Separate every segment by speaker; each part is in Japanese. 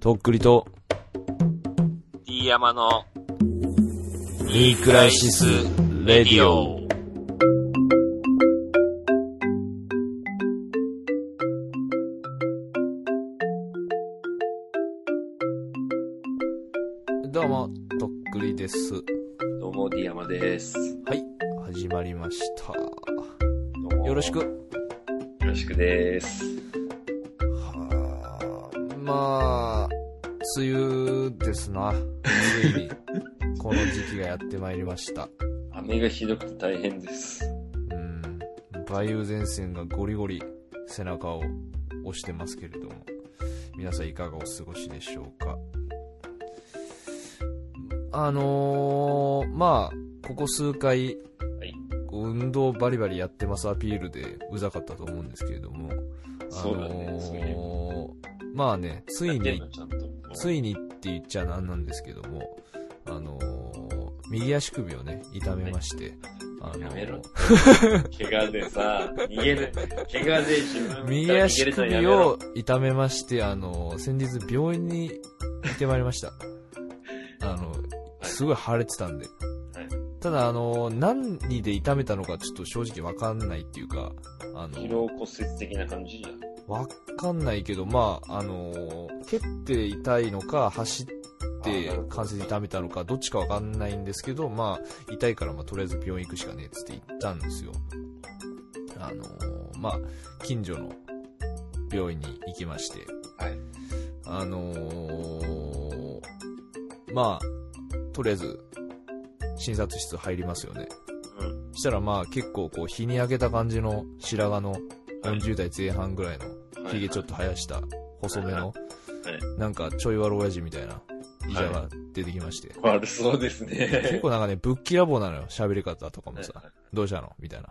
Speaker 1: とっくりと、
Speaker 2: D 山の
Speaker 1: いいクライシス・レディオ。どうも、とっくりです。
Speaker 2: どうも D 山です。
Speaker 1: はい、始まりました。
Speaker 2: どうも
Speaker 1: よろしく。。
Speaker 2: よろしくです。
Speaker 1: はあ、まあ、梅雨ですな。ついに、この時期がやってまいりました。
Speaker 2: 雨がひどくて大変です。
Speaker 1: うん、梅雨前線がゴリゴリ背中を押してますけれども皆さんいかがお過ごしでしょうかあのー、まあここ数回
Speaker 2: はい。
Speaker 1: こう運動バリバリやってますアピールでうざかったと思うんですけれどもあ
Speaker 2: そうだね
Speaker 1: の
Speaker 2: そうね
Speaker 1: ー、まあねつい
Speaker 2: やってん
Speaker 1: に
Speaker 2: のちゃんと。
Speaker 1: ついにって言っちゃなんなんですけどもあのー、右足首をね痛めまして、あの
Speaker 2: や
Speaker 1: ー
Speaker 2: めろ。怪我でさ、逃げる。怪我で自分から
Speaker 1: 右
Speaker 2: 逃げ
Speaker 1: 足
Speaker 2: れたら
Speaker 1: 首
Speaker 2: やめろ。
Speaker 1: を痛めまして、あの、先日病院に行ってまいりま した。あの、すごい腫れてたんで。
Speaker 2: はい
Speaker 1: ただ、あの、何で痛めたのかちょっと正直わかんないっていうか、あ
Speaker 2: 疲
Speaker 1: の、
Speaker 2: 労骨折的な感じだ。
Speaker 1: わかんないけど、まあ、あの、蹴って痛いのか、走って
Speaker 2: あなるほど
Speaker 1: 関節痛めたのか、どっちかわかんないんですけど、まあ、痛いから、まあ、とりあえず病院行くしかねえっつって行ったんですよ。あのーまあ、近所の病院に行きまして、
Speaker 2: はい
Speaker 1: あのーまあ、とりあえず、診察室入りますよね。
Speaker 2: うん。
Speaker 1: したらまあ結構こう日に焼けた感じの白髪の
Speaker 2: はい
Speaker 1: 40代前半ぐらいの
Speaker 2: はい
Speaker 1: ヒゲちょっと生やした細めのなんかちょい悪親父みたいな医者が出てきまして
Speaker 2: 悪そうですね。
Speaker 1: 結構なんかねぶっきらぼうなのよ喋り方とかも
Speaker 2: はい
Speaker 1: さどうしたのみたいな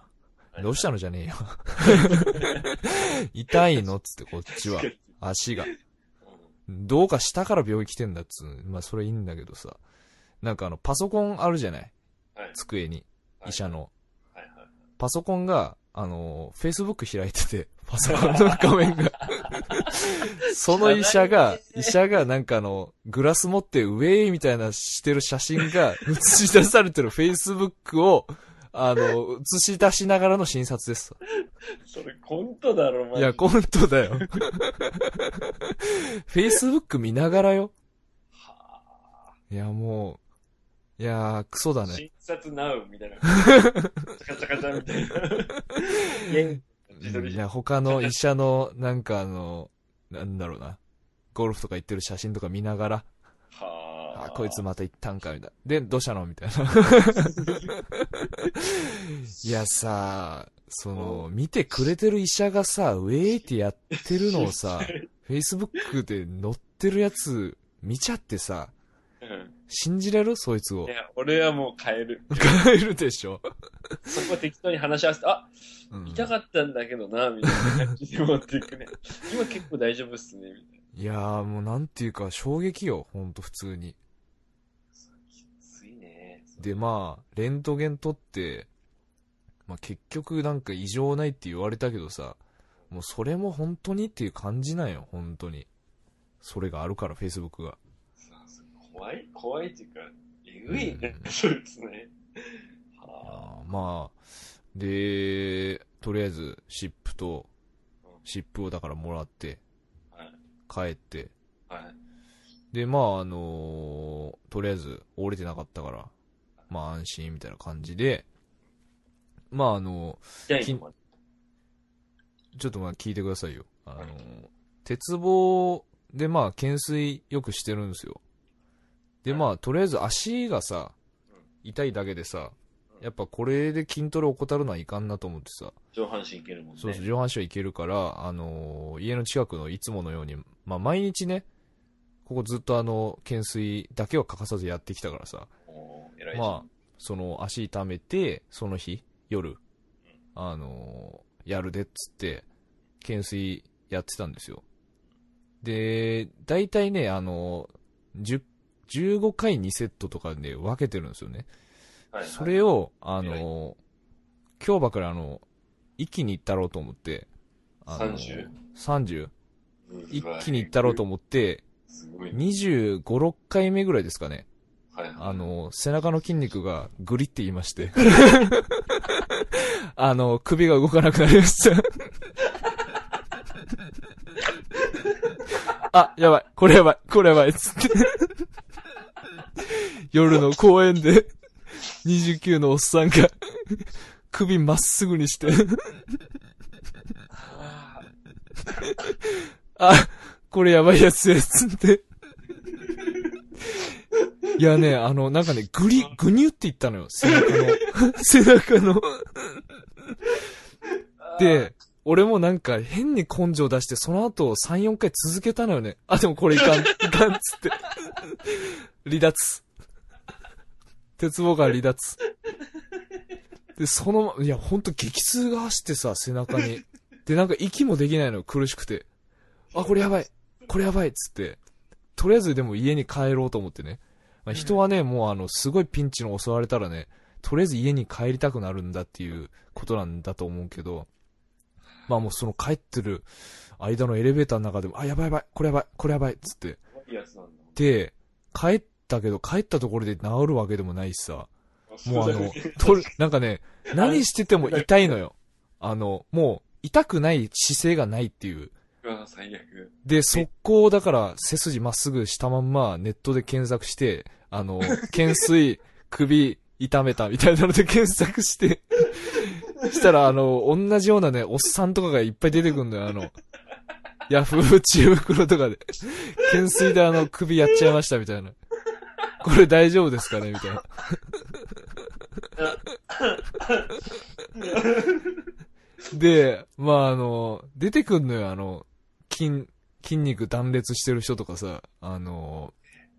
Speaker 2: はい
Speaker 1: どうしたのじゃね えよ痛いのっつってこっち は足がどうかしたから病院来てんだっつうまあそれいいんだけどさなんかあのパソコンあるじゃない
Speaker 2: はい
Speaker 1: 机に医者の
Speaker 2: はいはい
Speaker 1: パソコンが、あの、Facebook 開いてて、パソコンの画面 が。その医者が、医者がなんかあの、グラス持ってウェイみたいなしてる写真が映し出されてる Facebook を、あの、映し出しながらの診察です。
Speaker 2: それコントだろ、マジで
Speaker 1: いや、コントだ よ。Facebook 見ながらよ。
Speaker 2: はあ
Speaker 1: いや、もう、いやー、クソだね。
Speaker 2: 診察ナウみたいな。 カチャカチャみたいな。自撮り
Speaker 1: いや、他 の医者の、なんかあの、なんだろうな。ゴルフとか行ってる写真とか見ながら、
Speaker 2: は
Speaker 1: あ、こいつまた行ったんか、みたいな。で、どうしたのみたい な。いやさ、その、見てくれてる医者がさ、ウェーってやってるのを さ、Facebook で載ってるやつ見ちゃってさ、
Speaker 2: うん
Speaker 1: 信じれるそいつを
Speaker 2: い。や、俺はもう変える。
Speaker 1: 帰るでしょ。
Speaker 2: そこ適当に話し合わせて、あ、
Speaker 1: うん
Speaker 2: 痛かったんだけどな、みたいな感じで持っていくね。今結構大丈夫っすね、みたい
Speaker 1: い
Speaker 2: な。
Speaker 1: やーもうなんていうか、衝撃よ。ほんと、普通に。
Speaker 2: きついね。
Speaker 1: で、まあ、レントゲン撮って、まあ結局なんか異常ないって言われたけどさ、もうそれも本当にっていう感じなんよ、本当に。それがあるから、Facebook が。
Speaker 2: さ怖い、怖いっていうか、えぐいね。
Speaker 1: う
Speaker 2: そうですね。は
Speaker 1: あーまあ、で、とりあえず、シップと、シップをだからもらって、
Speaker 2: あ、は
Speaker 1: 帰
Speaker 2: い。
Speaker 1: って、
Speaker 2: はい。
Speaker 1: で、まあ、あのーとりあえず折れてなかったから、まあ安心みたいな感じで、まああのー
Speaker 2: 痛いのもある
Speaker 1: ちょっとまあ聞いてくださいよ。あの、鉄棒でまあ懸垂よくしてるんですよ。でまあとりあえず足がさ、痛いだけでさ、やっぱこれで筋トレ怠るのはいかんなと思ってさ、
Speaker 2: 上半身いけるもんね。
Speaker 1: そうそう、上半身はいけるから、あのー家の近くのいつものように、まあ毎日ね、ここずっとあの、懸垂だけは欠かさずやってきたからさ、
Speaker 2: おー偉い
Speaker 1: まあ、その足痛めて、その日、夜、あのーやるでっつって、懸垂やってたんですよ。で、大体ね、あのー、10 15回2セットとかで分けてるんですよね。
Speaker 2: あ
Speaker 1: それを、あのー今日ばっかりあの、一気に行ったろうと思って、あのー 30?
Speaker 2: 30
Speaker 1: 一気に行ったろうと
Speaker 2: 思
Speaker 1: 思って、
Speaker 2: すごいね。
Speaker 1: 25、6回目ぐらいですかね。
Speaker 2: はいはい。
Speaker 1: あの、背中の筋肉がグリって言いまして。 あの、首が動かなくなりました。 あ、やばい、これやばい、これやばい、つって。夜の公園で、29のおっさんが、首まっすぐにして、
Speaker 2: あー
Speaker 1: あ、これやばいやつや、つって。いやね、あの、なんかね、ぐり、ぐにゅって言ったのよ、背中の。 背中の。で、俺もなんか変に根性出して、その後3、4回続けたのよね。あ、でもこれいかん、いかんっつって。離脱。鉄棒から離脱。で、そのま、いや、ほんと激痛が走ってさ、背中に。で、なんか息もできないのよ、苦しくて。あ、これやばい。これやばいっつって。とりあえずでも家に帰ろうと思ってね。まあ、人はね、もうあの、すごいピンチに襲われたらね、とりあえず家に帰りたくなるんだっていうことなんだと思うけど、まあもうその帰ってる間のエレベーターの中でも、あ、やばいやばい、これやばい、これやばいっつって。
Speaker 2: 怖いやつなんだ。
Speaker 1: で、帰ったけど、帰ったところで治るわけでもないしさ。もう あの
Speaker 2: そだね、
Speaker 1: とる、なんかね、何してても痛いのよ。あの、もう、痛くない姿勢がないっていう。
Speaker 2: うわ、最悪。
Speaker 1: で、速攻だから、背筋まっすぐしたまんま、ネットで検索して、あの、懸垂、首、痛めたみたいなので 検索して、したら、あの、同じようなね、おっさんとかがいっぱい出てくるんだよ、あの、ヤフー知恵袋とかで。懸垂であの、首やっちゃいました、みたいな。これ大丈夫ですかねみたいな。で、まあ、あの、出てくんのよ、あの、筋、筋肉断裂してる人とかさ、あの、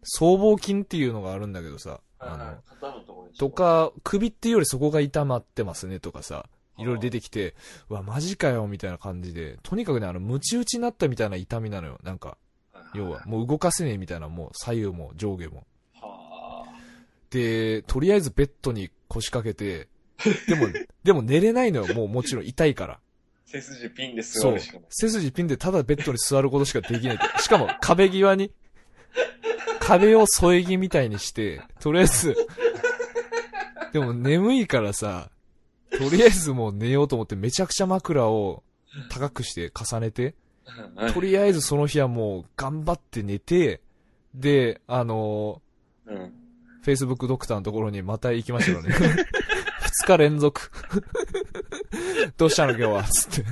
Speaker 1: 僧帽筋っていうのがあるんだけどさ、あの、
Speaker 2: あの、肩のところにしょ
Speaker 1: と、か、首っていうよりそこが痛まってますねとかさ、いろいろ出てきて、うわ、マジかよ、みたいな感じで、とにかくね、あの、ムチ打ちになったみたいな痛みなのよ、なんか、要は、もう動かせねえみたいな、もう左右も上下も。
Speaker 2: はあ。
Speaker 1: で、とりあえずベッドに腰掛けて、で も、でも寝れないのよ、もうもちろん痛いから。
Speaker 2: 背筋ピンで座
Speaker 1: そう
Speaker 2: るしかない。。
Speaker 1: 背筋ピンでただベッドに座ることしかできない。 しかも壁際に、壁を添え木みたいにして、とりあえず、でも眠いからさ、とりあえずもう寝ようと思ってめちゃくちゃ枕を高くして重ねて、
Speaker 2: はい
Speaker 1: とりあえずその日はもう頑張って寝て、で、あの
Speaker 2: うん。
Speaker 1: ー、Facebook ドクターのところにまた行きましたよね。二日連続。どうしたの今日はつって。い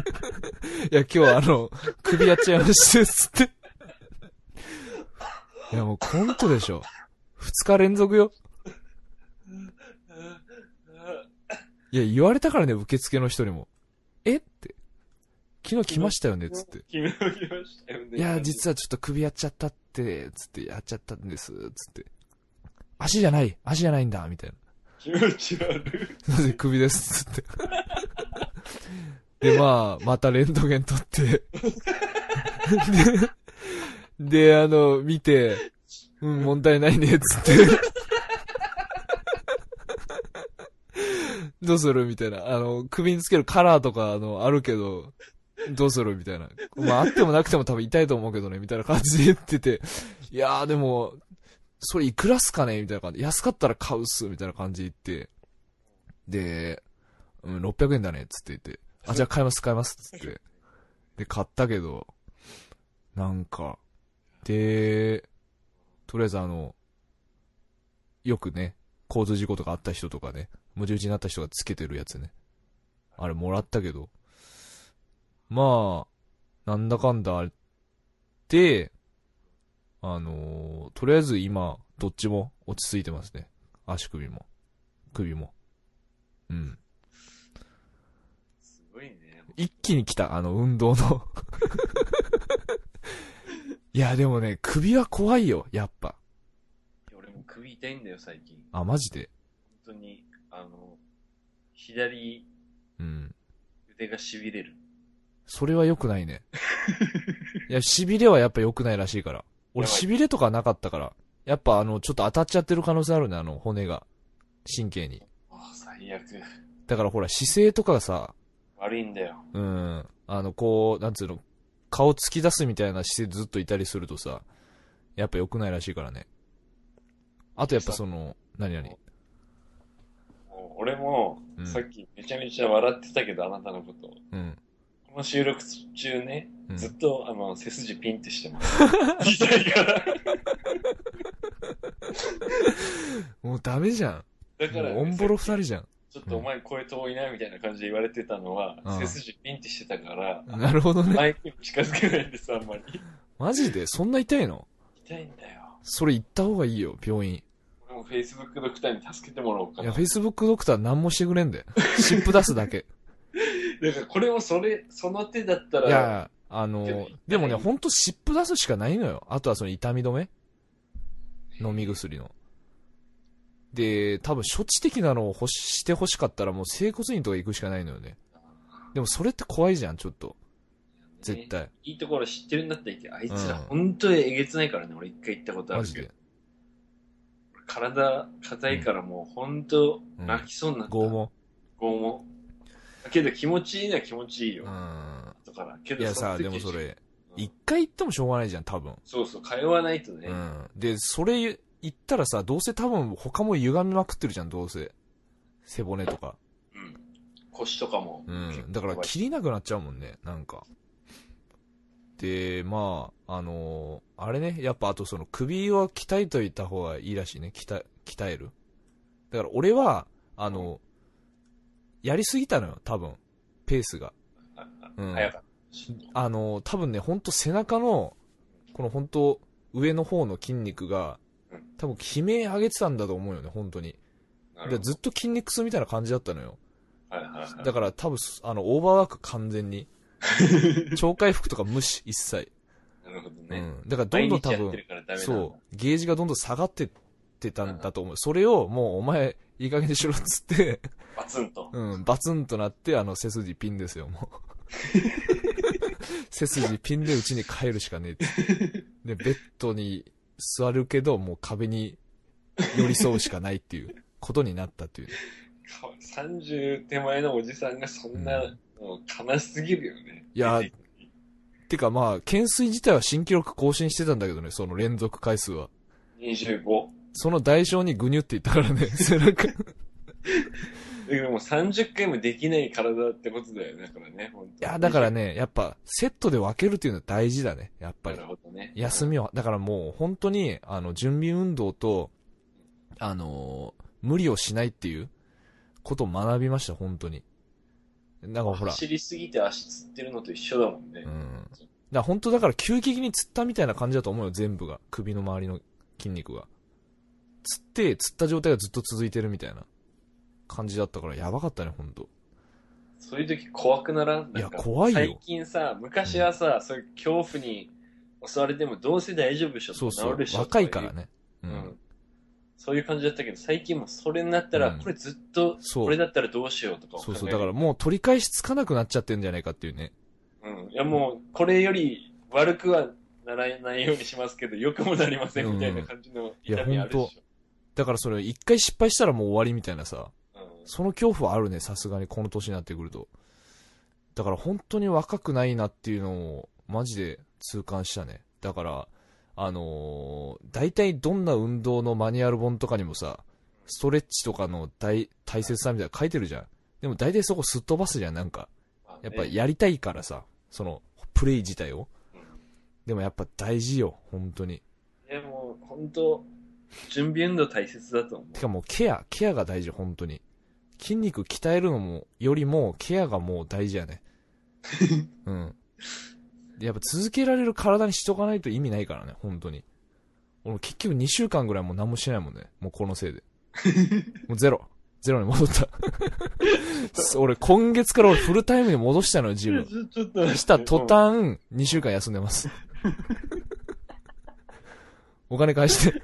Speaker 1: や、今日はあの、首やっちゃいました、つって。いや、もうコントでしょ。二日連続よ。いや、言われたからね、受付の人にも。えって。昨日来ましたよね、つって。
Speaker 2: 君を来ましたよね。
Speaker 1: いや、実はちょっと首やっちゃったって、つって、やっちゃったんです、つって。足じゃない、足じゃないんだ、みたいな。
Speaker 2: 気持ち悪
Speaker 1: すいません、 首です、つって。で、まあ、またレントゲン撮って。で、で、あの、見て、うん、問題ないね、つって。どうするみたいな。あの、首につけるカラーとか、あの、あるけど、どうするみたいな。まあ、あってもなくても多分痛いと思うけどね、みたいな感じで言ってて。いやー、でも、それいくらっすかねみたいな感じ。安かったら買うっす、みたいな感じで言って。で、うん、600円だね、つって言って。あ、じゃあ買います、買います、つって。で、買ったけど、なんか、で、とりあえずあの、よくね、交通事故とかあった人とかね、無重打ちになった人がつけてるやつね。あれもらったけど、まあ、なんだかんだあって、あのーとりあえず今、どっちも落ち着いてますね。足首も、首も。うん。
Speaker 2: い。すごいね。
Speaker 1: 一気に来た、あの、運動の。 いや、でもね、首は怖いよ、やっぱ。
Speaker 2: 俺も首痛いんだよ、最近。
Speaker 1: あ、マジで。
Speaker 2: 本当に、あの、左
Speaker 1: うん。
Speaker 2: 腕が痺れる。
Speaker 1: それは良くない ね。いや、痺れはやっぱ良くないらしいから。俺、
Speaker 2: やばい
Speaker 1: 痺れとかなかったから。やっぱ、あの、ちょっと当たっちゃってる可能性あるね、あの、骨が。神経に。
Speaker 2: ああ、最悪。
Speaker 1: だからほら、姿勢とかさ、
Speaker 2: 悪いんだよ。
Speaker 1: うん。あの、こう、なんつうの、顔突き出すみたいな姿勢ずっといたりするとさ、やっぱ良くないらしいからね。あとやっぱその、何々。
Speaker 2: もう俺も
Speaker 1: うん、
Speaker 2: さっきめちゃめちゃ笑ってたけど、あなたのこと。
Speaker 1: うん。
Speaker 2: この収録中ね、
Speaker 1: うん
Speaker 2: ずっと、あの、背筋ピンってし てます。痛いから。
Speaker 1: もうダメじゃ
Speaker 2: だ
Speaker 1: ん。
Speaker 2: から、
Speaker 1: もうオンボロ二人じゃん。
Speaker 2: ちょっとお前声遠いな、みたいな感じで言われてたのは、
Speaker 1: うん
Speaker 2: 背筋ピンってしてたから、
Speaker 1: なるほどね。
Speaker 2: マイクに近づけないんです、あんまり。
Speaker 1: マジでそんな痛いの
Speaker 2: 痛いんだよ。
Speaker 1: それ行った方がいいよ、病院。
Speaker 2: 俺も Facebook ドクターに助けてもらおうか
Speaker 1: い
Speaker 2: な。
Speaker 1: や、Facebook ドクター何もしてくれんで。湿布出すだけ。
Speaker 2: だからこれもそれ、その手 だったら、
Speaker 1: いや、あ
Speaker 2: けど
Speaker 1: の
Speaker 2: 痛い、
Speaker 1: でもね、ほんと湿布出すしかないのよ。あとはその痛み止め飲み薬の。で、多分処置的なのを欲しして欲しかったらもう整骨院とか行くしかないのよね。でもそれって怖いじゃん、ちょっと。絶対。
Speaker 2: いいところ知ってるんだったらいいけど、あいつら
Speaker 1: うん
Speaker 2: 本当にえげつないからね、俺一回行ったことあ
Speaker 1: マ
Speaker 2: る
Speaker 1: ジ
Speaker 2: けど
Speaker 1: で。。
Speaker 2: 体硬いからもう本当
Speaker 1: うん
Speaker 2: 泣きそうになった。
Speaker 1: 拷問。
Speaker 2: 拷問。だけど気持ちいいのは気持ちいいよ。
Speaker 1: うん。
Speaker 2: だから。けど
Speaker 1: いやさ、
Speaker 2: の時
Speaker 1: でもそれ、
Speaker 2: うん
Speaker 1: 一回行ってもしょうがないじゃん、多分。
Speaker 2: そうそう、通わないとね。
Speaker 1: うん。で、それ言ったらさ、どうせ多分他も歪みまくってるじゃん、どうせ。背骨とか。
Speaker 2: うん腰とかも。
Speaker 1: うん。だから
Speaker 2: 結
Speaker 1: 切りなくなっちゃうもんね、なんか。で、まあ、あのーあれね、やっぱあとその首は鍛えといた方がいいらしいね、鍛え、鍛える。だから俺は、あの、やりすぎたのよ、多分。ペース が。
Speaker 2: 構怖いあ
Speaker 1: うん。
Speaker 2: 早かった。
Speaker 1: あの、多分ね、ほんと背中の、このほんと上の方の筋肉が
Speaker 2: うん、
Speaker 1: 多分悲鳴上げてたんだと思うよね、本当に。だか
Speaker 2: なるほ
Speaker 1: ら
Speaker 2: ど
Speaker 1: ずっと筋肉痛みたいな感じだったのよ。
Speaker 2: はいはいはい
Speaker 1: だから多分、あの、オーバーワーク完全 に。超回復とか無視、一切。
Speaker 2: なるほど
Speaker 1: う
Speaker 2: ね。
Speaker 1: ん。だからどん
Speaker 2: 毎
Speaker 1: どん
Speaker 2: 日
Speaker 1: 多
Speaker 2: やって
Speaker 1: 分
Speaker 2: る、からダメなんだ
Speaker 1: そう、ゲージがどんどん下がってってたんだと思う。それをもうお前、いい加減にしろっつって、
Speaker 2: バツンと。
Speaker 1: うん、バツンとなって、あの、背筋ピンですよ、もう。背筋ピンでうちに帰るしかねえっつってで、ベッドに座るけど、もう壁に寄り添うしかないっていうことになったっていう。
Speaker 2: か30手前のおじさんがそんな、
Speaker 1: うん
Speaker 2: もう悲しすぎるよね。
Speaker 1: いや、てかまあ、懸垂自体は新記録更新してたんだけどね、その連続回数は。
Speaker 2: 25。
Speaker 1: その代償にぐにゅって言ったからね、背中。い
Speaker 2: だけどもう30回もできない体ってことだよね、だからね、本当
Speaker 1: や、だから、ね、やっぱ、セットで分けるっていうのは大事だね、やっぱ
Speaker 2: な
Speaker 1: り
Speaker 2: る。ほどね。
Speaker 1: 休
Speaker 2: み。
Speaker 1: みを、だからもう本当に、あの、準備運動と、あのー無理をしないっていうことを学びました、本当に。なんかほら、
Speaker 2: 走りすぎて足つってるのと一緒だもんね。
Speaker 1: うん。だから本当だから急激に釣ったみたいな感じだと思うよ、全部が。首の周りの筋肉が。釣って、釣った状態がずっと続いてるみたいな感じだったから、やばかったね、本当
Speaker 2: そういう時怖くならん
Speaker 1: いや
Speaker 2: なんか
Speaker 1: 怖いよ
Speaker 2: 最近さ、昔はさ、そういう恐怖に襲われてもどうせ大丈夫でしょ、
Speaker 1: そうそ
Speaker 2: 治
Speaker 1: う
Speaker 2: るでし、ょ
Speaker 1: 若いから。ね。う
Speaker 2: とか言ううんん。そういう感じだったけど、最近もそれになったら、
Speaker 1: うん
Speaker 2: これずっと、
Speaker 1: そう
Speaker 2: これだったらどうしようとかを考
Speaker 1: そ
Speaker 2: え
Speaker 1: う
Speaker 2: る
Speaker 1: そう、だからもう取り返しつかなくなっちゃってんじゃないかっていうね。
Speaker 2: うん。いやもう、これより悪くはならないようにしますけど、良くもなりませんみたいな感じの痛みあるでし
Speaker 1: だからそれ一回失敗したらもう終わりみたいなさ。
Speaker 2: ょ。うん
Speaker 1: その恐怖はあるね、さすがにこの年になってくると。だから本当に若くないなっていうのを、マジで痛感したね。だから、あのー大体どんな運動のマニュアル本とかにもさ、ストレッチとかの大大切さみたいなの書いてるじゃん。でも大体そこすっ飛ばすじゃん、なんか。
Speaker 2: まあね
Speaker 1: やっぱやりたいからさ、その、プレイ自体を。
Speaker 2: うん
Speaker 1: でもやっぱ大事よ、本当に。
Speaker 2: いやもう、本当準備運動大切だと思
Speaker 1: てかもうケア、ケアが大事、本当に。筋肉鍛えるのも、よりも、ケアがもう大事 やね。うん。やっぱ続けられる体にしとかないと意味ないからね、本当に。俺結局2週間ぐらいもう何もしてないもんね。もうこの せいで。もうゼロ。ゼロに戻った。 俺今月から俺フルタイムに戻したのよ、自
Speaker 2: う。
Speaker 1: 分。
Speaker 2: ちょちょっと
Speaker 1: した途端、2週間休んでます。 お金返して。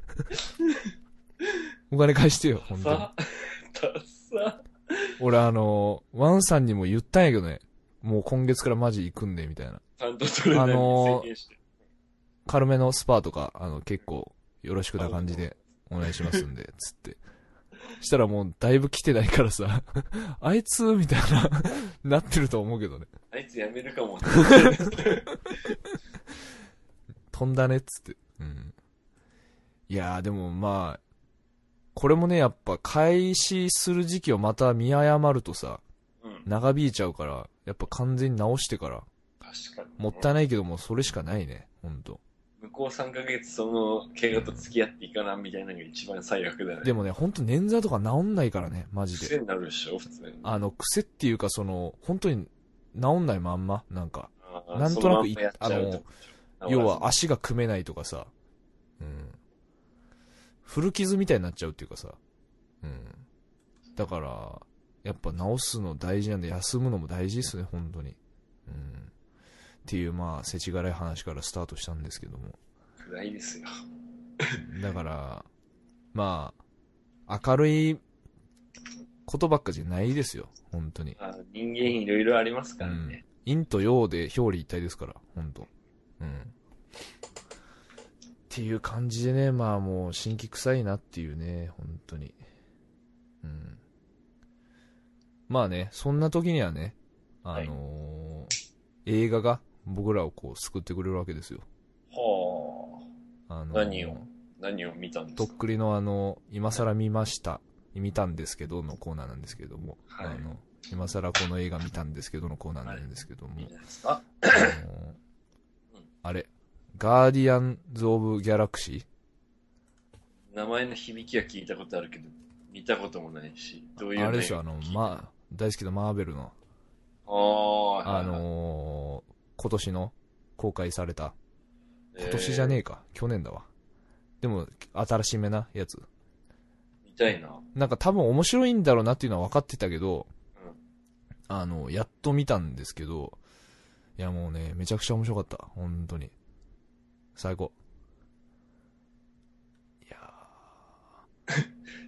Speaker 1: お金返してよ、
Speaker 2: う
Speaker 1: 本
Speaker 2: ん
Speaker 1: 当に。
Speaker 2: さ、ダサ。
Speaker 1: 俺あの、ワンさんにも言ったんやけどね。もう今月からマジ行くんで、みたいな。
Speaker 2: ちゃんとトレーナーに宣言して。
Speaker 1: 軽めのスパーとか、あの、結構、よろしくな感じで、お願いしますんで、つって。したらもう、だいぶ来てないからさ、 あいつ、みたいな、なってると思うけどね。
Speaker 2: あいつやめる かも。
Speaker 1: 飛んだね、つって。うん。いやーでもまあ、これもね、やっぱ開始する時期をまた見誤るとさ、
Speaker 2: うん。
Speaker 1: 長引いちゃうから、やっぱ完全に直してから、
Speaker 2: 確かに。
Speaker 1: もったいないけどもうそれしかないね、ほんと。
Speaker 2: 向こう3ヶ月その怪我と付き合っていかなみたいなのが一番最悪だね。
Speaker 1: でもね、ほんと捻挫とか治んないからね、マジ
Speaker 2: 癖
Speaker 1: で。
Speaker 2: になるでしょ、普通に。
Speaker 1: あの、癖っていうかその、本当に治んないまんま、なんか。
Speaker 2: あー
Speaker 1: なんとなくい
Speaker 2: そのまんまやっちゃうってことでしょ
Speaker 1: 要は、足が組めないとかさ、うん。古傷みたいになっちゃうっていうかさ、うん。だから、やっぱ治すの大事なんで、休むのも大事ですね、本当に。うん。っていう、まあ、世知辛い話からスタートしたんですけども。
Speaker 2: 暗いですよ。
Speaker 1: だから、まあ、明るいことばっかじゃないですよ、本当に。
Speaker 2: まあ人間いろいろありますからね。
Speaker 1: 陰と陽で表裏一体ですから、本当うん。っていう感じでね、まあもう、新規臭いなっていうね、本当に。うん。まあね、そんな時にはね、あのー映画が僕らをこう救ってくれるわけですよ。
Speaker 2: はあ。
Speaker 1: あのー
Speaker 2: 何を何を見たんで
Speaker 1: とっ
Speaker 2: すか
Speaker 1: くりのあの、今更見ました、見たんですけどのコーナーなんですけども、
Speaker 2: はい
Speaker 1: あの、今更この映画見たんですけどのコーナーなんですけども、
Speaker 2: 見たんですか
Speaker 1: あのあれ、ガーディアンズ・オブ・ギャラクシー
Speaker 2: 名前の響きは聞いたことあるけど、見たこともないし、どういう
Speaker 1: あれでしょ、あ
Speaker 2: 内容
Speaker 1: の
Speaker 2: 聞い、て
Speaker 1: ま、大好きなマーベルの、
Speaker 2: ああ、
Speaker 1: あのー今年の公開された、今年じゃねえか、去年だわ。でも、新しめなやつ。
Speaker 2: えー見たいな。
Speaker 1: なんか多分面白いんだろうなっていうのは分かってたけど
Speaker 2: うん、
Speaker 1: あの、やっと見たんですけど、いやもうね、めちゃくちゃ面白かった。本当に。最高。いや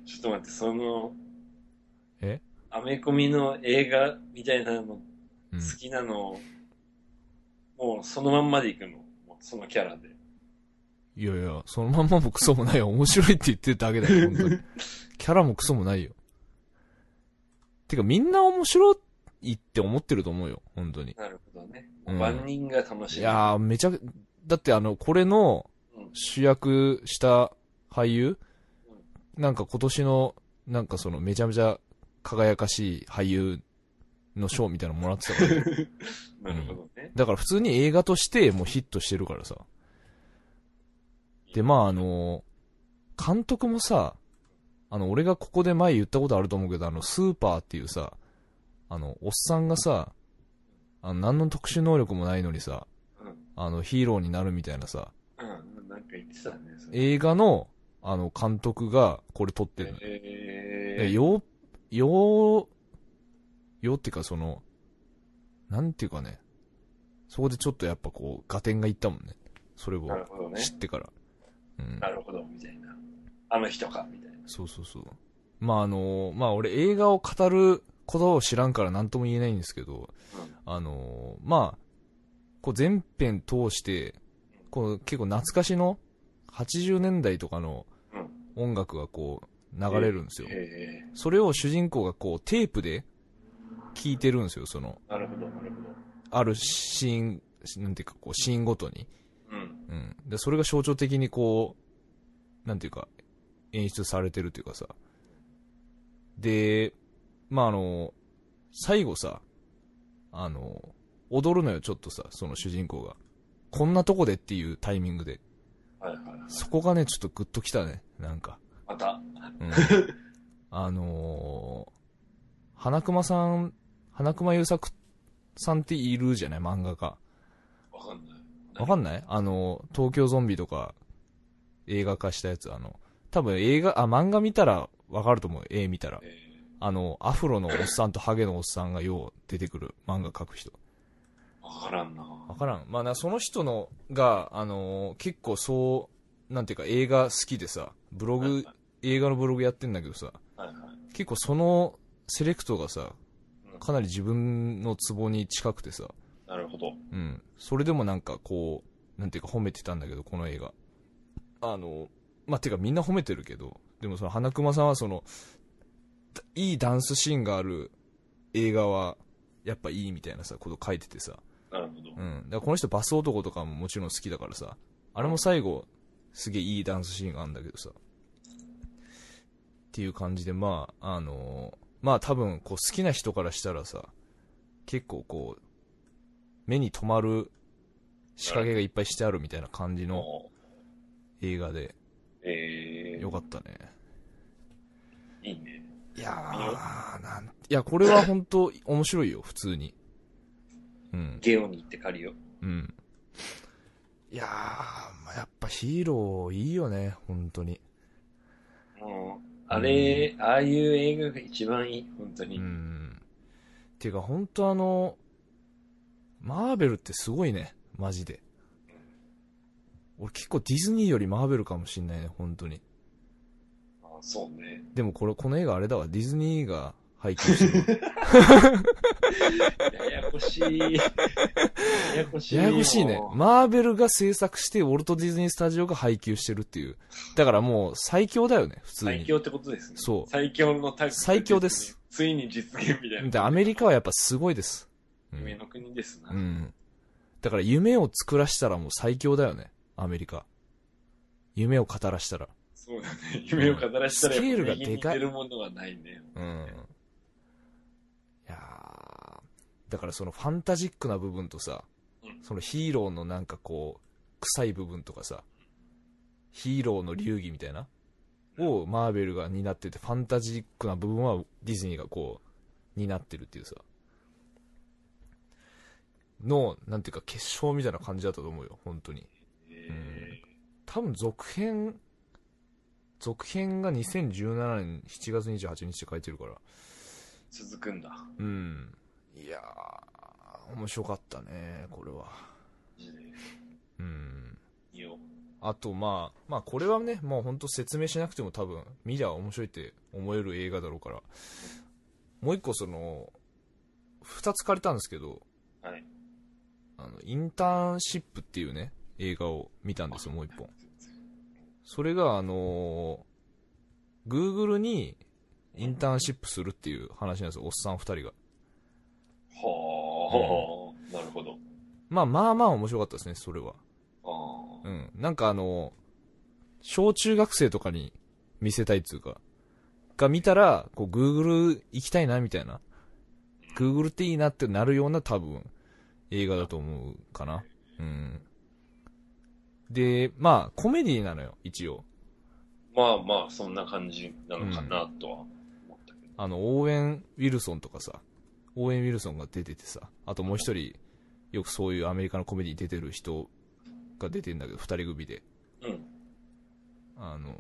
Speaker 2: ちょっと待って、その、
Speaker 1: え
Speaker 2: アメコミの映画みたいなの
Speaker 1: ー、うん。
Speaker 2: 好きなのを、もうそのまんまでいくの。もうそのキャラで。
Speaker 1: いやいや、そのまんまもクソもないよ。面白いって言ってるだけだ よ、本当に。キャラもクソもないよ。てか、みんな面白いって思ってると思うよ、本当に。
Speaker 2: なるほどね。
Speaker 1: うん
Speaker 2: 万人が楽し
Speaker 1: い
Speaker 2: み。
Speaker 1: やー、めちゃく、だってあの、これの
Speaker 2: うん
Speaker 1: 主役した俳優、なんか今年の、なんかその、めちゃめちゃ輝かしい俳優の賞みたいなのもらってたから、
Speaker 2: なるほどね。
Speaker 1: だから普通に映画としてもうヒットしてるからさ。で、まああの、監督もさ、あの、俺がここで前言ったことあると思うけど、あの、スーパーっていうさ、あの、おっさんがさ、あの、何の特殊能力もないのにさ、
Speaker 2: うん。
Speaker 1: あの、ヒーローになるみたいなさ、
Speaker 2: うん。なんか言ってたね。それ
Speaker 1: 映画の、あの、監督が、これ撮ってるの。
Speaker 2: え
Speaker 1: え、
Speaker 2: ー、
Speaker 1: よう、よう、ようっていうかその、なんていうかね、そこでちょっとやっぱこう、合点がいったもんね。それを
Speaker 2: なるほどね
Speaker 1: 知。ってから。うん。
Speaker 2: なるほど、みたいな。あの人か、みたいな。
Speaker 1: そうそうそう。まああの、まあ俺映画を語ることを知らんから何とも言えないんですけど、あの、まあ、こう全編通して、こう結構懐かしの80年代とかの
Speaker 2: うん
Speaker 1: 音楽がこう流れるんですよ。
Speaker 2: え
Speaker 1: それを主人公がこうテープで聞いてるんですよ、その、
Speaker 2: ー、なるほど、なるほ
Speaker 1: あるシーン、なんていうかこうシーンごとに。
Speaker 2: ど。うん。
Speaker 1: うん。で、それが象徴的にこう、なんていうか、演出されてるというかさ。で、まあ、あの、最後さ、あの、踊るのよ、ちょっとさ、その主人公が。こんなとこでっていうタイミングで。
Speaker 2: はいはいはい。
Speaker 1: そこがね、ちょっとグッときたね、なんか。
Speaker 2: また、
Speaker 1: うんあのー、花熊さん、花熊優作さんっているじゃない漫画家。
Speaker 2: わかんない。
Speaker 1: わかんないあの、東京ゾンビとか、映画化したやつ、あの、多分映画、あ、漫画見たらわかると思う、絵見たら。
Speaker 2: え
Speaker 1: あの、アフロのおっさんとハゲのおっさんがよう出てくる漫画描く人。
Speaker 2: ー、わからんな。
Speaker 1: わからん。まあな、その人のが、あのー結構そう、なんていうか映画好きでさ、ブロ
Speaker 2: はい
Speaker 1: グ、映画のブログやってんだけどさ、
Speaker 2: はいはい。
Speaker 1: 結構そのセレクトがさ
Speaker 2: うん、
Speaker 1: かなり自分のツボに近くてさ、
Speaker 2: なるほど。
Speaker 1: うん。それでもなんかこう、なんていうか褒めてたんだけど、この映画。あの、まあ、てかみんな褒めてるけど、でもその花熊さんはその、だいいダンスシーンがある映画は、やっぱいいみたいなさ、こと書いててさ。
Speaker 2: なるほど
Speaker 1: う。ん。だからこの人バス男とかももちろん好きだからさ、あれも最後、すげえいいダンスシーンがあるんだけどさ。っていう感じで、まあ、あのーまあ多分、こう好きな人からしたらさ、結構こう、目に留まる仕掛けがいっぱいしてあるみたいな感じの
Speaker 2: も
Speaker 1: 映画で、
Speaker 2: うえー、
Speaker 1: よかったね。
Speaker 2: いいね。
Speaker 1: いやー、なん、いや、これは本当面白いよ、普通に。うん、
Speaker 2: ゲオに行って借りよう。
Speaker 1: うん。いやー、まあ、やっぱヒーローいいよね、本当に。
Speaker 2: もう、あれ、ああいう映画が一番いい、本当に。
Speaker 1: うん。てか、本当あの、マーベルってすごいね、マジで。俺結構ディズニーよりマーベルかもしんないね、本当に。
Speaker 2: あそうね。
Speaker 1: でもこれ、この映画あれだわ、ディズニーが配給して る。
Speaker 2: ややこし い。ややこしいよ。
Speaker 1: ややこしいね。マーベルが制作して、ウォルト・ディズニー・スタジオが配給してるっていう。だからもう最強だよね、普通に。
Speaker 2: 最強ってことですね。
Speaker 1: そう
Speaker 2: 最強のタッグ。
Speaker 1: 最強です。
Speaker 2: ついに実現みたい
Speaker 1: で
Speaker 2: な。
Speaker 1: アメリカはやっぱすごいです。うん
Speaker 2: 夢の国ですな。
Speaker 1: うん。だから夢を作らしたらもう最強だよね、アメリカ。夢を語らしたら。
Speaker 2: そうだね。夢を語らしたら、
Speaker 1: スケールがでかい
Speaker 2: やっぱ右に似てるものはないね。
Speaker 1: うん。いやーだからそのファンタジックな部分とさ
Speaker 2: うん、
Speaker 1: そのヒーローのなんかこう、臭い部分とかさ、ヒーローの流儀みたいな、をマーベルが担ってて、ファンタジックな部分はディズニーがこう、担ってるっていうさ、の、なんていうか結晶みたいな感じだったと思うよ、本当に。
Speaker 2: え
Speaker 1: 多分続編続編が2017年7月28日って書いてるから
Speaker 2: ー続くんだ。
Speaker 1: うんいやー面白かったねこれは
Speaker 2: マジで
Speaker 1: うん
Speaker 2: 見よう。
Speaker 1: あとまあまあこれはねもう本当説明しなくても多分見りゃ面白いって思える映画だろうからもう一個その二つ借りたんですけど
Speaker 2: はい。
Speaker 1: あのインターンシップっていうね映画を見たんですよもう一本それが、あのー、Google にインターンシップするっていう話なんですよ、おっさん二人が。
Speaker 2: はあ、なるほど。
Speaker 1: まあまあまあ面白かったですね、それは。
Speaker 2: あ
Speaker 1: うん。なんかあのー小中学生とかに見せたいっていうか、が見たら、こう Google 行きたいな、みたいな。Google っていいなってなるような多分、映画だと思うかな。うん。で、まあ、コメディなのよ、一応。
Speaker 2: あ。まあまあ、そんな感じなのかなとは思ったけど。
Speaker 1: あの、オーエン・ウィルソンとかさ、オーエン・ウィルソンが出ててさ、あともう一人、よくそういうアメリカのコメディに出てる人が出てんだけど、二人組で。
Speaker 2: うん。
Speaker 1: あのー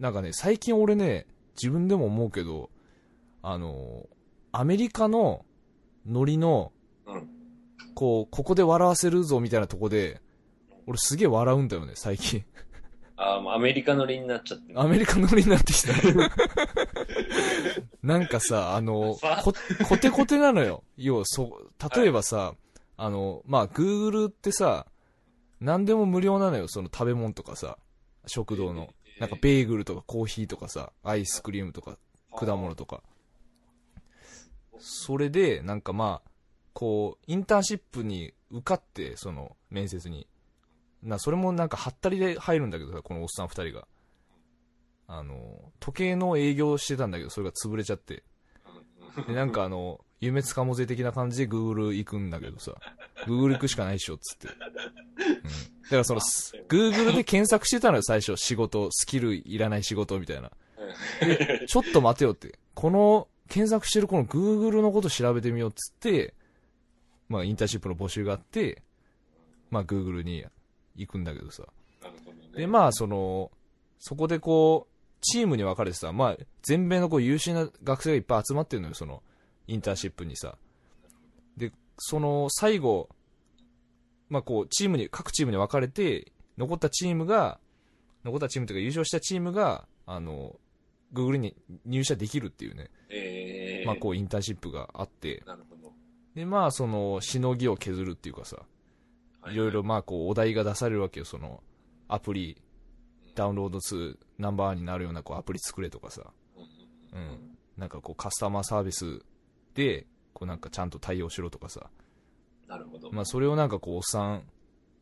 Speaker 1: なんかね、最近俺ね、自分でも思うけど、あのーアメリカのノリの、
Speaker 2: うん。
Speaker 1: こう、ここで笑わせるぞみたいなとこで、俺すげえ笑うんだよね、最近。
Speaker 2: ああ、もうアメリカ乗りになっちゃってる
Speaker 1: アメリカノリになってきた。 なんかさ、あの、こ、コテコテなのよ。要、そう、例えばさ、あの、まあ、Google ってさ、何でも無料なのよ、その食べ物とかさ、食堂の。なんかベーグルとかコーヒーとかさ、アイスクリームとか、果物とか。それで、なんかまあ、こう、インターンシップに受かって、その、面接に。な、それもなんか、はったりで入るんだけどさ、このおっさん二人が。あの、時計の営業をしてたんだけど、それが潰れちゃって。で、なんかあの、夢つかもぜ的な感じで Google 行くんだけどさ、Google 行くしかないっしょ、つって。うん。だからその、Google で検索してたのよ、最初。仕事、スキルいらない仕事みたいな。ちょっと待てよって。この、検索してるこの Google のこと調べてみようっつって、まあインターンシップの募集があって、まあ Google に行くんだけどさ。
Speaker 2: なるほどね
Speaker 1: で、まあその、そこでこう、チームに分かれてさ、まあ全米のこう優秀な学生がいっぱい集まってるのよ、その、インターンシップにさ。で、その、最後、まあこう、チームに、各チームに分かれて、残ったチームが、残ったチームというか優勝したチームが、あの、Google に入社できるっていうね。
Speaker 2: えー、
Speaker 1: まあこうインターンシップがあって、
Speaker 2: なるほど。
Speaker 1: でまあそのしのぎを削るっていうかさ、いろいろまあこうお題が出されるわけよ、そのアプリ、ダウンロード数ナンバーワンになるようなこうアプリ作れとかさ、
Speaker 2: うん
Speaker 1: う
Speaker 2: うん
Speaker 1: ん。なんかこうカスタマーサービスで、こうなんかちゃんと対応しろとかさ、
Speaker 2: なるほど。
Speaker 1: まあそれをなんかこうおっさん、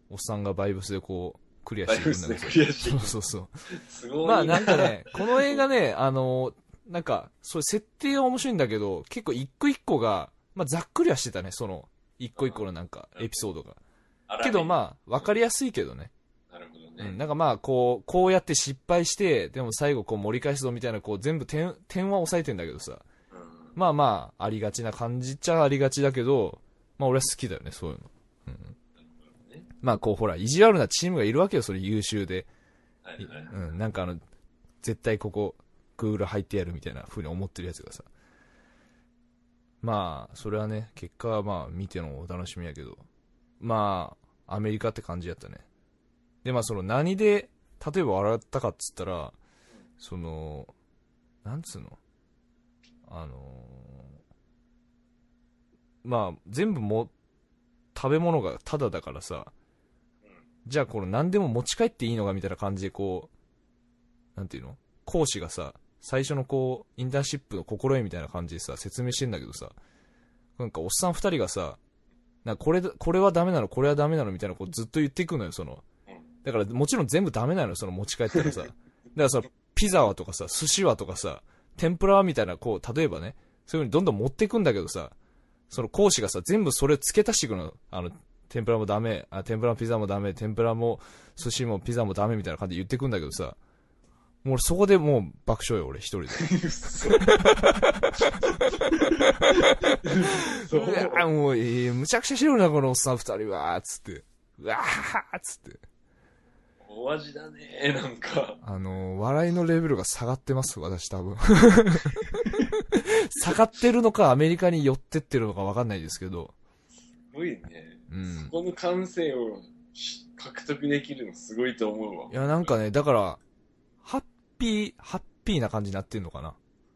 Speaker 1: おっさんがバイブスでこう、クリア
Speaker 2: ライ
Speaker 1: してい
Speaker 2: フ
Speaker 1: く
Speaker 2: ス
Speaker 1: ん
Speaker 2: で
Speaker 1: だけど。
Speaker 2: クリアし
Speaker 1: そ
Speaker 2: てい
Speaker 1: う
Speaker 2: く。
Speaker 1: そうそ
Speaker 2: す
Speaker 1: う。
Speaker 2: ごい。
Speaker 1: まあなんかね、この映画ね、あの、なんか、そう、設定は面白いんだけど、結構一個一個が、まあざっくりはしてたね、その、一個一個のなんか、エピソードが。
Speaker 2: 荒い、
Speaker 1: けどまあ、わかりやすいけどね。
Speaker 2: なるほど
Speaker 1: う
Speaker 2: ね
Speaker 1: ん、。なんかまあ、こう、こうやって失敗して、でも最後こう盛り返すぞみたいな、こう全部点、点は抑えてんだけどさ。
Speaker 2: うん
Speaker 1: まあまあ、ありがちな感じっちゃありがちだけど、まあ俺は好きだよね、そういうの。うん。まあこうほら、意地悪なチームがいるわけよ、それ優秀で。
Speaker 2: はいはいはい
Speaker 1: うん、なんかあの、絶対ここ、クール入ってやるみたいな風に思ってるやつがさ。まあ、それはね、結果はまあ、見てのお楽しみやけど。まあ、アメリカって感じやったね。で、まあその、何で、例えば笑ったかっつったら、その、なんつうのあのーまあ、全部も、食べ物がタダだからさ、じゃあこの何でも持ち帰っていいのかみたいな感じでこう、なんていうの講師がさ、最初のこう、インターンシップの心得みたいな感じでさ、説明してんだけどさ、なんかおっさん二人がさ、なんかこれだ、これはダメなの、これはダメなのみたいなことずっと言っていくのよ、その
Speaker 2: うん。
Speaker 1: だからもちろん全部ダメなのよ、その持ち帰ったらさ。だからさ、ピザはとかさ、寿司はとかさ、天ぷらはみたいな、こう、例えばね、そういう風にどんどん持っていくんだけどさ、その講師がさ、全部それ付け足していくの。あの、天ぷらもダメ、あ、天ぷらもピザもダメ、天ぷらも寿司もピザもダメみたいな感じで言ってくんだけどさ、もう俺そこでもう爆笑よ、俺一人で。
Speaker 2: 嘘嘘
Speaker 1: うわあもう、えーむちゃくちゃしろな、このおっさん二人は、つって。うわーつって。
Speaker 2: お味だね、 なんか。
Speaker 1: あのー、笑いのレベルが下がってます、私多分。 下がってるのか、アメリカに寄ってってるのかわかんないですけど。
Speaker 2: すごいね。
Speaker 1: うん
Speaker 2: そこの感性をし獲得できるのすごいと思うわ。
Speaker 1: いや、なんかね、だから、ハッピー、ハッピーな感じになってんのかな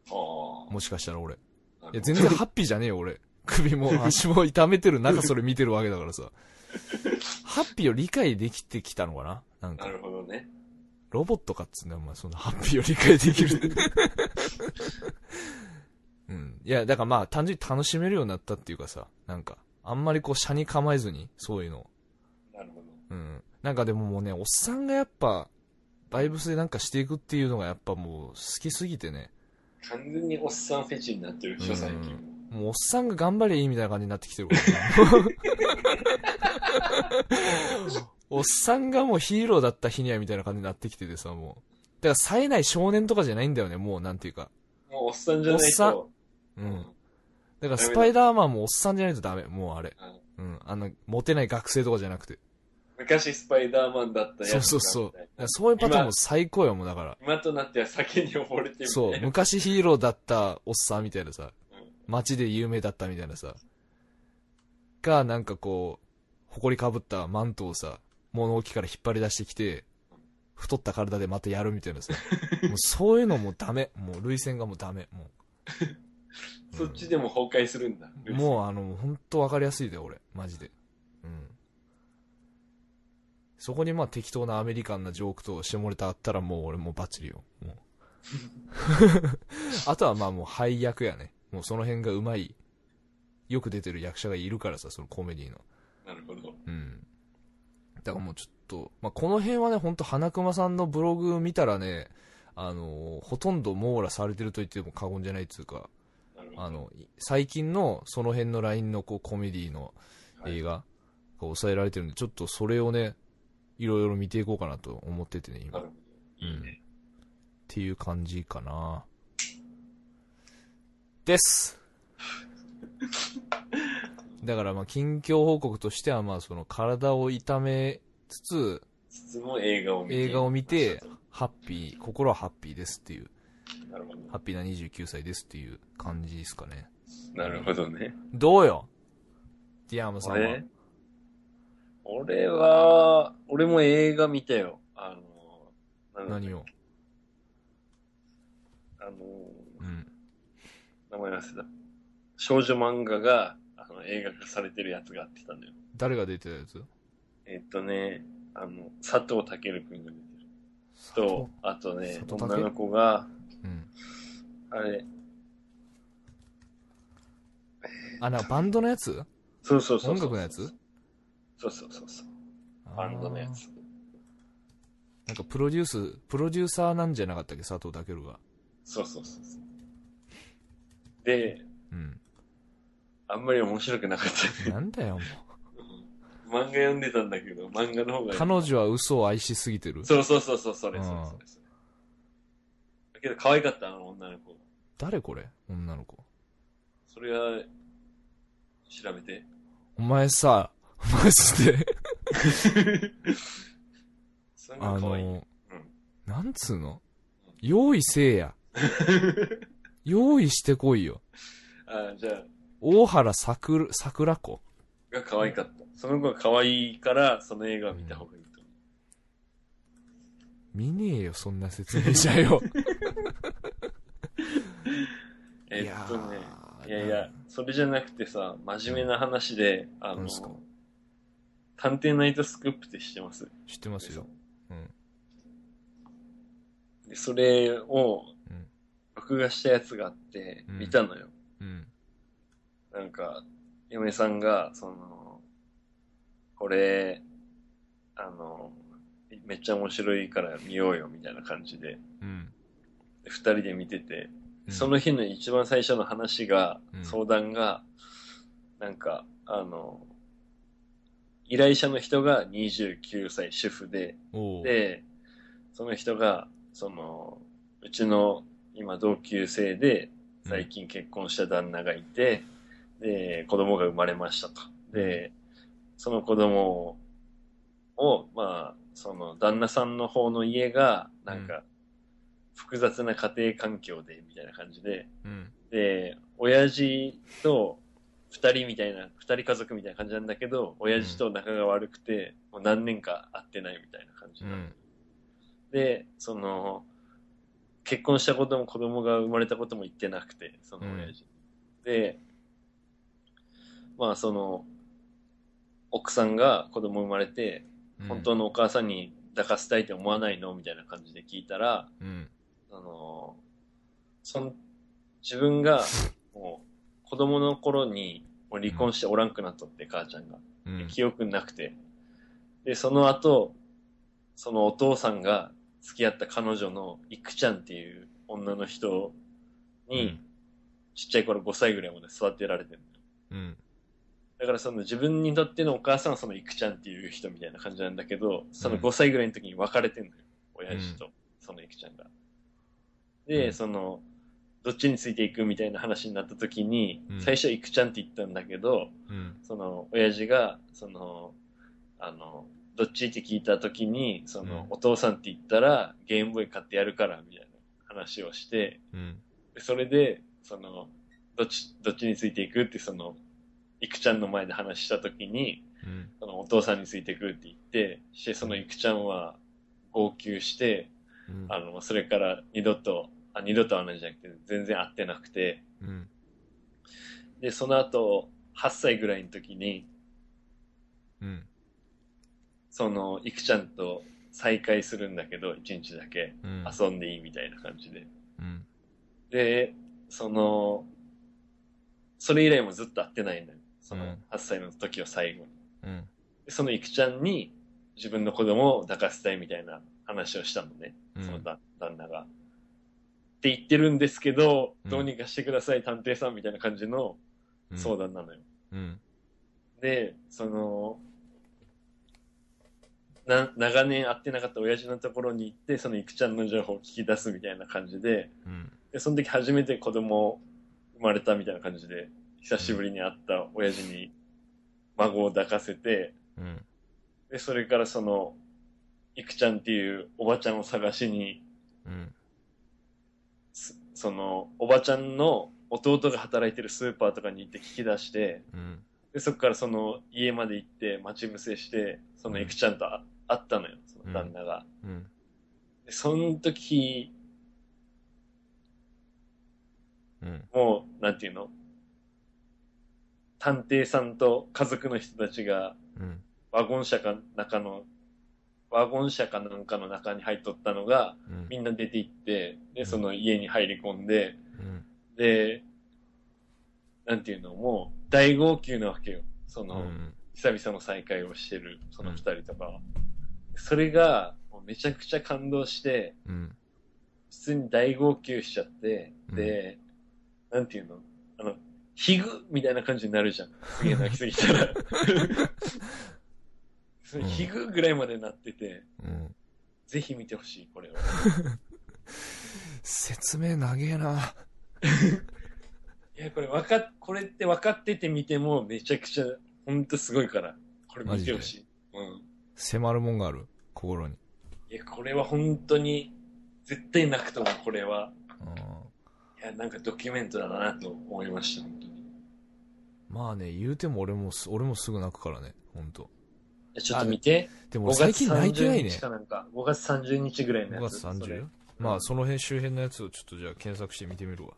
Speaker 2: は
Speaker 1: もしかしたら俺。
Speaker 2: あ。
Speaker 1: いや、全然ハッピーじゃねえよ、俺。首も足も痛めてる中、それ見てるわけだからさ。ハッピーを理解できてきたのかななん
Speaker 2: な
Speaker 1: か、
Speaker 2: るほどね。
Speaker 1: ロボットかっつうんだよ、お前、そのハッピーを理解できる って。うん。いや、だからまあ、単純に楽しめるようになったっていうかさ、なんか、あんまりこう、車に構えずに、そういうのを
Speaker 2: なるほど。
Speaker 1: うん。なんかでももうね、おっさんがやっぱ、バイブスでなんかしていくっていうのがやっぱもう好きすぎてね。
Speaker 2: 完全におっさんフェチになってるでし
Speaker 1: う
Speaker 2: ょ、
Speaker 1: ん
Speaker 2: 最近。
Speaker 1: もうおっさんが頑張りゃいいみたいな感じになってきてるから おっさんがもうヒーローだった日にはみたいな感じになってきててさ、もう。だから冴えない少年とかじゃないんだよね、もうなんていうか。
Speaker 2: もうおっさんじゃないと。
Speaker 1: う。
Speaker 2: うん
Speaker 1: だからスパイダーマンもおっさんじゃないとダメ、もうあれ。うん。あの、モテない学生とかじゃなくて。
Speaker 2: 昔スパイダーマンだったや
Speaker 1: そうそ
Speaker 2: つが
Speaker 1: うそう。だか
Speaker 2: みたいな
Speaker 1: らそういうパターンも最高よ、もうだから。
Speaker 2: 今となっては酒に溺れてみたいな。
Speaker 1: そう、昔ヒーローだったおっさんみたいなさ、街で有名だったみたいなさ、が、なんかこう、埃かぶったマントをさ、物置から引っ張り出してきて、太った体でまたやるみたいな さ、もうそういうのもうダメ。もう、類線がもうダメ。もう。
Speaker 2: そっちでも崩壊するんだ。
Speaker 1: うんもうあの、ほんとわかりやすいで、俺。マジで。うん。そこにまあ適当なアメリカンなジョークとしてもれたあったらもう俺もうバッチリよ。もうあとはまあもう配役やね。もうその辺がうまい、よく出てる役者がいるからさ、そのコメディの。
Speaker 2: なるほど。
Speaker 1: うん。だからもうちょっと、まあ、この辺はね、ほんと花熊さんのブログ見たらね、あのほとんど網羅されてると言っても過言じゃないっていうか、
Speaker 2: なるほど。
Speaker 1: あの、い最近のその辺のラインのこうコメディの
Speaker 2: はい
Speaker 1: 映画が抑えられてるんで、ちょっとそれをね、いろいろ見ていこうかなと思っててね、今。
Speaker 2: な
Speaker 1: っ
Speaker 2: るほど。いいね。
Speaker 1: ていう感じかな。 です。だからまあ近況報告としてはまあその体を痛めつつ、
Speaker 2: 質問映画を見て。
Speaker 1: 映画を見て、ハッピー、心はハッピーですっていう、
Speaker 2: なるほど。
Speaker 1: ハッピーな29歳ですっていう感じですかね。
Speaker 2: なるほどね。
Speaker 1: どうよディアムさんは
Speaker 2: 俺。俺は、俺も映画見たよ。あの、なんだ
Speaker 1: 何を
Speaker 2: あの、
Speaker 1: うん。
Speaker 2: 名前忘れた。少女漫画が、あの、映画化されてるやつがあってたんだよ。
Speaker 1: 誰が出てたやつ
Speaker 2: えっとね、あの、佐藤健くんが出てる。と、あとね、
Speaker 1: 佐藤健
Speaker 2: 女の子が、
Speaker 1: うん。
Speaker 2: あれ、
Speaker 1: あ、なんかバンドのやつ
Speaker 2: そうそうそうそう。
Speaker 1: 音楽のやつ
Speaker 2: そうそうそうそう。
Speaker 1: あー
Speaker 2: バンドのやつ。
Speaker 1: なんかプロデュース、プロデューサーなんじゃなかったっけ、佐藤健が。
Speaker 2: そうそうそうそう。で、
Speaker 1: うん。
Speaker 2: あんまり面白くなかっ
Speaker 1: なんだよ、もう。
Speaker 2: た。漫画読んでたんだけど、漫画の方が。
Speaker 1: 彼女は嘘を愛しすぎてる。
Speaker 2: そうそうそうそう、それ、
Speaker 1: うん
Speaker 2: それ、それ。それだけど、可愛かった、あの女の子。
Speaker 1: 誰これ女の子。
Speaker 2: それは、調べ て。
Speaker 1: お前さ、マジで、
Speaker 2: すん
Speaker 1: あ
Speaker 2: ごい可愛い。
Speaker 1: の、なんつうの用意せえや。用意してこいよ。
Speaker 2: ああ、じゃあ、
Speaker 1: 大原さくら、桜子。
Speaker 2: が可愛かった。その子が可愛いから、その映画を見た方がいいと思う。
Speaker 1: 見ねえよ、そんな説明じゃよ。
Speaker 2: えーっとね、
Speaker 1: ー
Speaker 2: いやいや、それじゃなくてさ、真面目な話で、あ
Speaker 1: な
Speaker 2: の
Speaker 1: んすか、
Speaker 2: 探偵ナイトスクープって知ってます
Speaker 1: 知ってますよ。うん。
Speaker 2: で、それを
Speaker 1: うん、
Speaker 2: 録画したやつがあって、
Speaker 1: うん
Speaker 2: 見たのよ。
Speaker 1: うん。
Speaker 2: なんか、嫁さんが、その、これ、あの、めっちゃ面白いから見ようよ、みたいな感じで、
Speaker 1: うん。
Speaker 2: で二人で見てて、
Speaker 1: うん
Speaker 2: その、日の一番最初の話が、
Speaker 1: うん
Speaker 2: 相談が、なんか、あの、依頼者の人が29歳主婦で、
Speaker 1: おう、
Speaker 2: で、その人が、その、うちの今同級生で、最近結婚した旦那がいて、で、子供が生まれましたと。で、その子供を、まあ、その旦那さんの方の家が、なんか、複雑な家庭環境で、みたいな感じで、
Speaker 1: うん。
Speaker 2: で、親父と二人みたいな、二人家族みたいな感じなんだけど、親父と仲が悪くて、もう何年か会ってないみたいな感じ
Speaker 1: う
Speaker 2: なの
Speaker 1: ん。
Speaker 2: で、その、結婚したことも子供が生まれたことも言ってなくて、その親父。で、まあその、奥さんが子供生まれて、
Speaker 1: うん
Speaker 2: 本当のお母さんに抱かせたいって思わないのみたいな感じで聞いたら、
Speaker 1: うん。
Speaker 2: あのその自分がもう子供の頃にもう離婚しておらんくなっとって、母ちゃんが。
Speaker 1: うん。
Speaker 2: 記憶なくて。で、その後、そのお父さんが付き合った彼女のいくちゃんっていう女の人に、ちっちゃい頃5歳ぐらいまで育てられてる
Speaker 1: うん。
Speaker 2: だからその自分にとってのお母さんはそのいくちゃんっていう人みたいな感じなんだけど、その
Speaker 1: うん
Speaker 2: 5歳ぐらいの時に別れてんのよ。親父と、そのいくちゃんが。で、
Speaker 1: うん
Speaker 2: その、どっちについていくみたいな話になった時に、
Speaker 1: うん
Speaker 2: 最初いくちゃんって言ったんだけど、
Speaker 1: うん。
Speaker 2: その、親父が、その、あの、どっちって聞いた時に、そ
Speaker 1: う
Speaker 2: の、
Speaker 1: ん
Speaker 2: お父さんって言ったら、ゲームボーイ買ってやるから、みたいな話をして、
Speaker 1: うん。
Speaker 2: でそれで、その、どっち、どっちについていくって、その、いくちゃんの前で話した時に、
Speaker 1: うん。
Speaker 2: そのお父さんについてくって言って、して、そのいくちゃんは、号泣して、
Speaker 1: うん。
Speaker 2: あの、それから二度と、あ、二度と会わないんじゃなくて、全然会ってなくて、
Speaker 1: うん。
Speaker 2: で、その後、8歳ぐらいの時に、
Speaker 1: うん。
Speaker 2: その、いくちゃんと再会するんだけど、一日だけ
Speaker 1: うん。
Speaker 2: 遊んでいいみたいな感じで。
Speaker 1: うん。
Speaker 2: で、その、それ以来もずっと会ってないんだよ。そうの
Speaker 1: ん
Speaker 2: 8歳の時を最後に。
Speaker 1: うん。
Speaker 2: でそのいくちゃんに自分の子供を抱かせたいみたいな話をしたのね。
Speaker 1: うん
Speaker 2: その旦旦那が。って言ってるんですけど、
Speaker 1: うん
Speaker 2: どうにかしてください、探偵さんみたいな感じの相談なのよ。
Speaker 1: うん。
Speaker 2: で、その、な、長年会ってなかった親父のところに行って、そのいくちゃんの情報を聞き出すみたいな感じで、
Speaker 1: うん。
Speaker 2: で、その時初めて子供生まれたみたいな感じで、久しぶりに会った親父に孫を抱かせて、
Speaker 1: うん。
Speaker 2: で、それからその、いくちゃんっていうおばちゃんを探しに、
Speaker 1: うん。
Speaker 2: すその、おばちゃんの弟が働いてるスーパーとかに行って聞き出して、
Speaker 1: うん。
Speaker 2: で、そこからその家まで行って待ち伏せして、そのいくちゃんとあ会ったのよ、その旦那が。
Speaker 1: うん。
Speaker 2: で、その時、
Speaker 1: うん。
Speaker 2: もう、なんていうの探偵さんと家族の人たちが
Speaker 1: うん。
Speaker 2: ワゴン車か中の、ワゴン車かなんかの中に入っとったのが、
Speaker 1: うん。
Speaker 2: みんな出て行って、で、その家に入り込んで、
Speaker 1: うん。
Speaker 2: で、なんていうのもう、大号泣なわけよ。その、
Speaker 1: うん。
Speaker 2: 久々の再会をしてる、その二人とかは。それが、もうめちゃくちゃ感動して、
Speaker 1: うん。
Speaker 2: 普通に大号泣しちゃって、で、なんていうのあの、ヒグみたいな感じになるじゃん。すげえ泣きすぎたら。そのヒグぐらいまでなってて、
Speaker 1: うん。
Speaker 2: ぜひ見てほしい、これを。
Speaker 1: 説明長えな。
Speaker 2: いや、これわかっ、これって分かってて見てもめちゃくちゃ、ほんとすごいから、これ見てほしい。うん。
Speaker 1: 迫るもんがある。心に。
Speaker 2: いや、これは本当に、絶対なくともこれは、
Speaker 1: うん。
Speaker 2: いや、なんかドキュメントだなと思いました、本当に。い
Speaker 1: まあね、言うても俺もす、俺もすぐ泣くからね、ほんと。
Speaker 2: やちょっと見て。
Speaker 1: でも
Speaker 2: 5
Speaker 1: 俺最近泣いてないね
Speaker 2: 月30日。かなんか、5月30日ぐらいの
Speaker 1: 5
Speaker 2: やつ。
Speaker 1: 月 30?
Speaker 2: そ
Speaker 1: まあその辺周辺のやつをちょっとじゃあ検索して見てみるわ。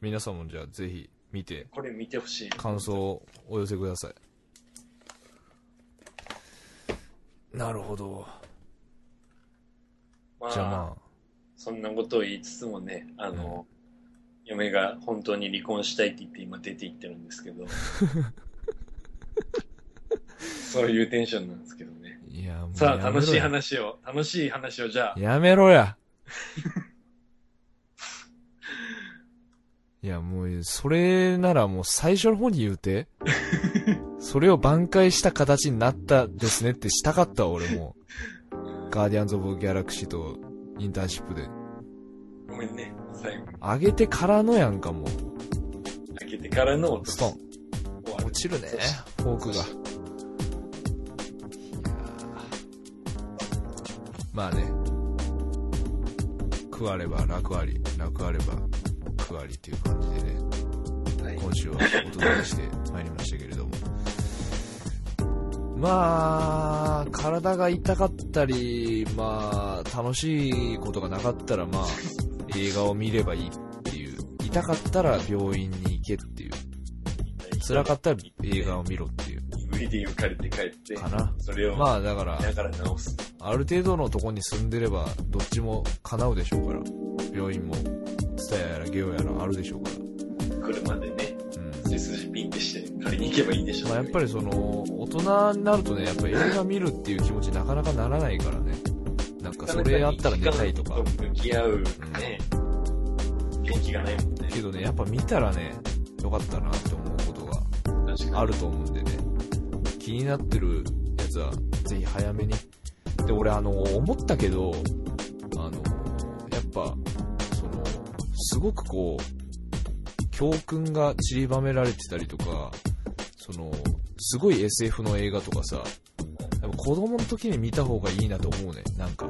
Speaker 1: 皆さんもじゃあぜひ見て、
Speaker 2: これ見てほしい。
Speaker 1: 感想をお寄せください。なるほど。
Speaker 2: まあ、
Speaker 1: じゃあま
Speaker 2: そんなことを言いつつもね、あの、嫁が本当に離婚したいって言って今出て行ってるんですけ ど。 そういうテンションなんですけどね。
Speaker 1: あ。いや、もう
Speaker 2: さあ、
Speaker 1: やめろや
Speaker 2: 楽しい話を、楽しい話をじゃあ、
Speaker 1: やめろや。いや、もう、それならもう最初の方に言うて。それを挽回した形になったですねってしたかったわ俺も。ガーディアンズ・オブ・ギャラクシーとインターンシップで。
Speaker 2: ごめんね、最後に
Speaker 1: 上げてからのやんかもう。
Speaker 2: 開けてからの音
Speaker 1: ストン。
Speaker 2: 終わる
Speaker 1: 落ちるね
Speaker 2: そし。
Speaker 1: フォークが。い
Speaker 2: そ
Speaker 1: や
Speaker 2: し
Speaker 1: ーまあね。食われば楽あり、楽あれば食ありっていう感じでね、
Speaker 2: はい
Speaker 1: 今週はお届けしてまいりましたけれども。まあ、体が痛かったり、まあ、楽しいことがなかったら、まあ、映画を見ればいいっていう。痛かったら病院に行けっていう。辛かったら映画を見ろっていう。
Speaker 2: DVD を借りて帰って、
Speaker 1: かな
Speaker 2: それを、
Speaker 1: まあだから、
Speaker 2: だから直す。
Speaker 1: ある程度のとこに住んでれば、どっちも叶うでしょうから。病院も、ツタヤやらゲオやらあるでしょうか
Speaker 2: 車でね、
Speaker 1: ら。うん。
Speaker 2: 背筋ピンってして借りに行けばいいでしょ。
Speaker 1: まあやっぱりその、大人になるとね、やっぱ映画見るっていう気持ちなかなかならないからね。なんかそれあったら寝たいとか。
Speaker 2: 向き合うね、元気がないもんね。
Speaker 1: けどね、やっぱ見たらね、よかったなって思うことが
Speaker 2: 確か
Speaker 1: あると思うんでね気になってるやつはぜひ早めにで俺あの思ったけどあのやっぱそのすごくこう教訓が散りばめられてたりとかそのすごい SF の映画とかさやっぱ子供の時に見た方がいいなと思うねなんか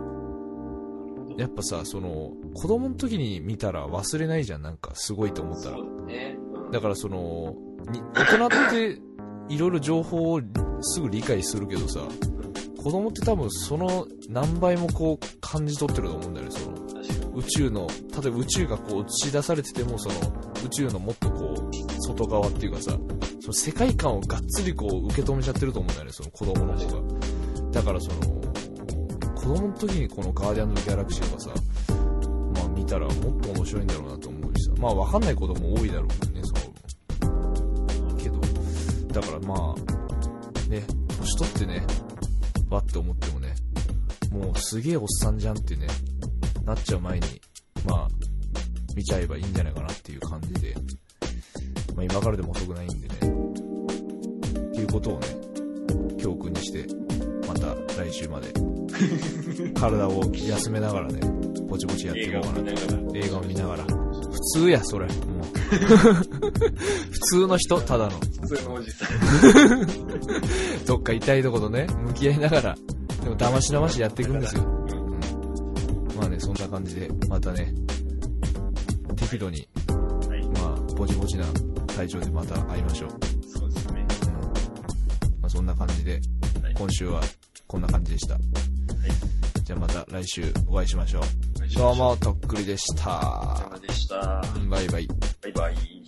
Speaker 1: やっぱさその子供の時に見たら忘れないじゃんなんかすごいと思ったら
Speaker 2: そうね。
Speaker 1: だからその、に大人っていろいろ情報をすぐ理解するけどさ、子供って多分その何倍もこう感じ取ってると思うんだよね、その
Speaker 2: 確か
Speaker 1: 宇宙の、例えば宇宙がこう映し出されててもその宇宙のもっとこう外側っていうかさ、その世界観をがっつりこう受け止めちゃってると思うんだよね、その子供の方が。だからその、子供の時にこのガーディアンズ・ギャラクシーとかさ、まあ見たらもっと面白いんだろうなと思うしさ、まあわかんないことも多いだろうけどね、そのけど、だからまあ、ね、年取ってね、わって思ってもね、もうすげえおっさんじゃんってね、なっちゃう前に、まあ、見ちゃえばいいんじゃないかなっていう感じで、まあ今からでも遅くないんでね、っていうことをね、教訓にして、また来週ま で、体を休めながらね、ぼちぼちやっ
Speaker 2: に。
Speaker 1: ていこ
Speaker 2: 映画
Speaker 1: うか
Speaker 2: を
Speaker 1: な
Speaker 2: 見ながら。
Speaker 1: 映画を見ながら。普通や、それ。もう 普通の人、ただの。
Speaker 2: 普通のおじさん。
Speaker 1: どっか痛いとことね、向き合いながら、でも騙し騙しやっていくんですよ。うんまあね、そんな感じで、またね、適度に、
Speaker 2: はい。
Speaker 1: まあ、ぼちぼちな体調でまた会いましょう。
Speaker 2: そうですね。
Speaker 1: うんまあ、そんな感じで、
Speaker 2: はい
Speaker 1: 今週はこんな感じでした。じゃあまた来週お会いしましょう。
Speaker 2: お願いします
Speaker 1: どう。も、とっくりでし
Speaker 2: お
Speaker 1: た
Speaker 2: 疲。れ様でした。
Speaker 1: バイバイ。
Speaker 2: バイバイ。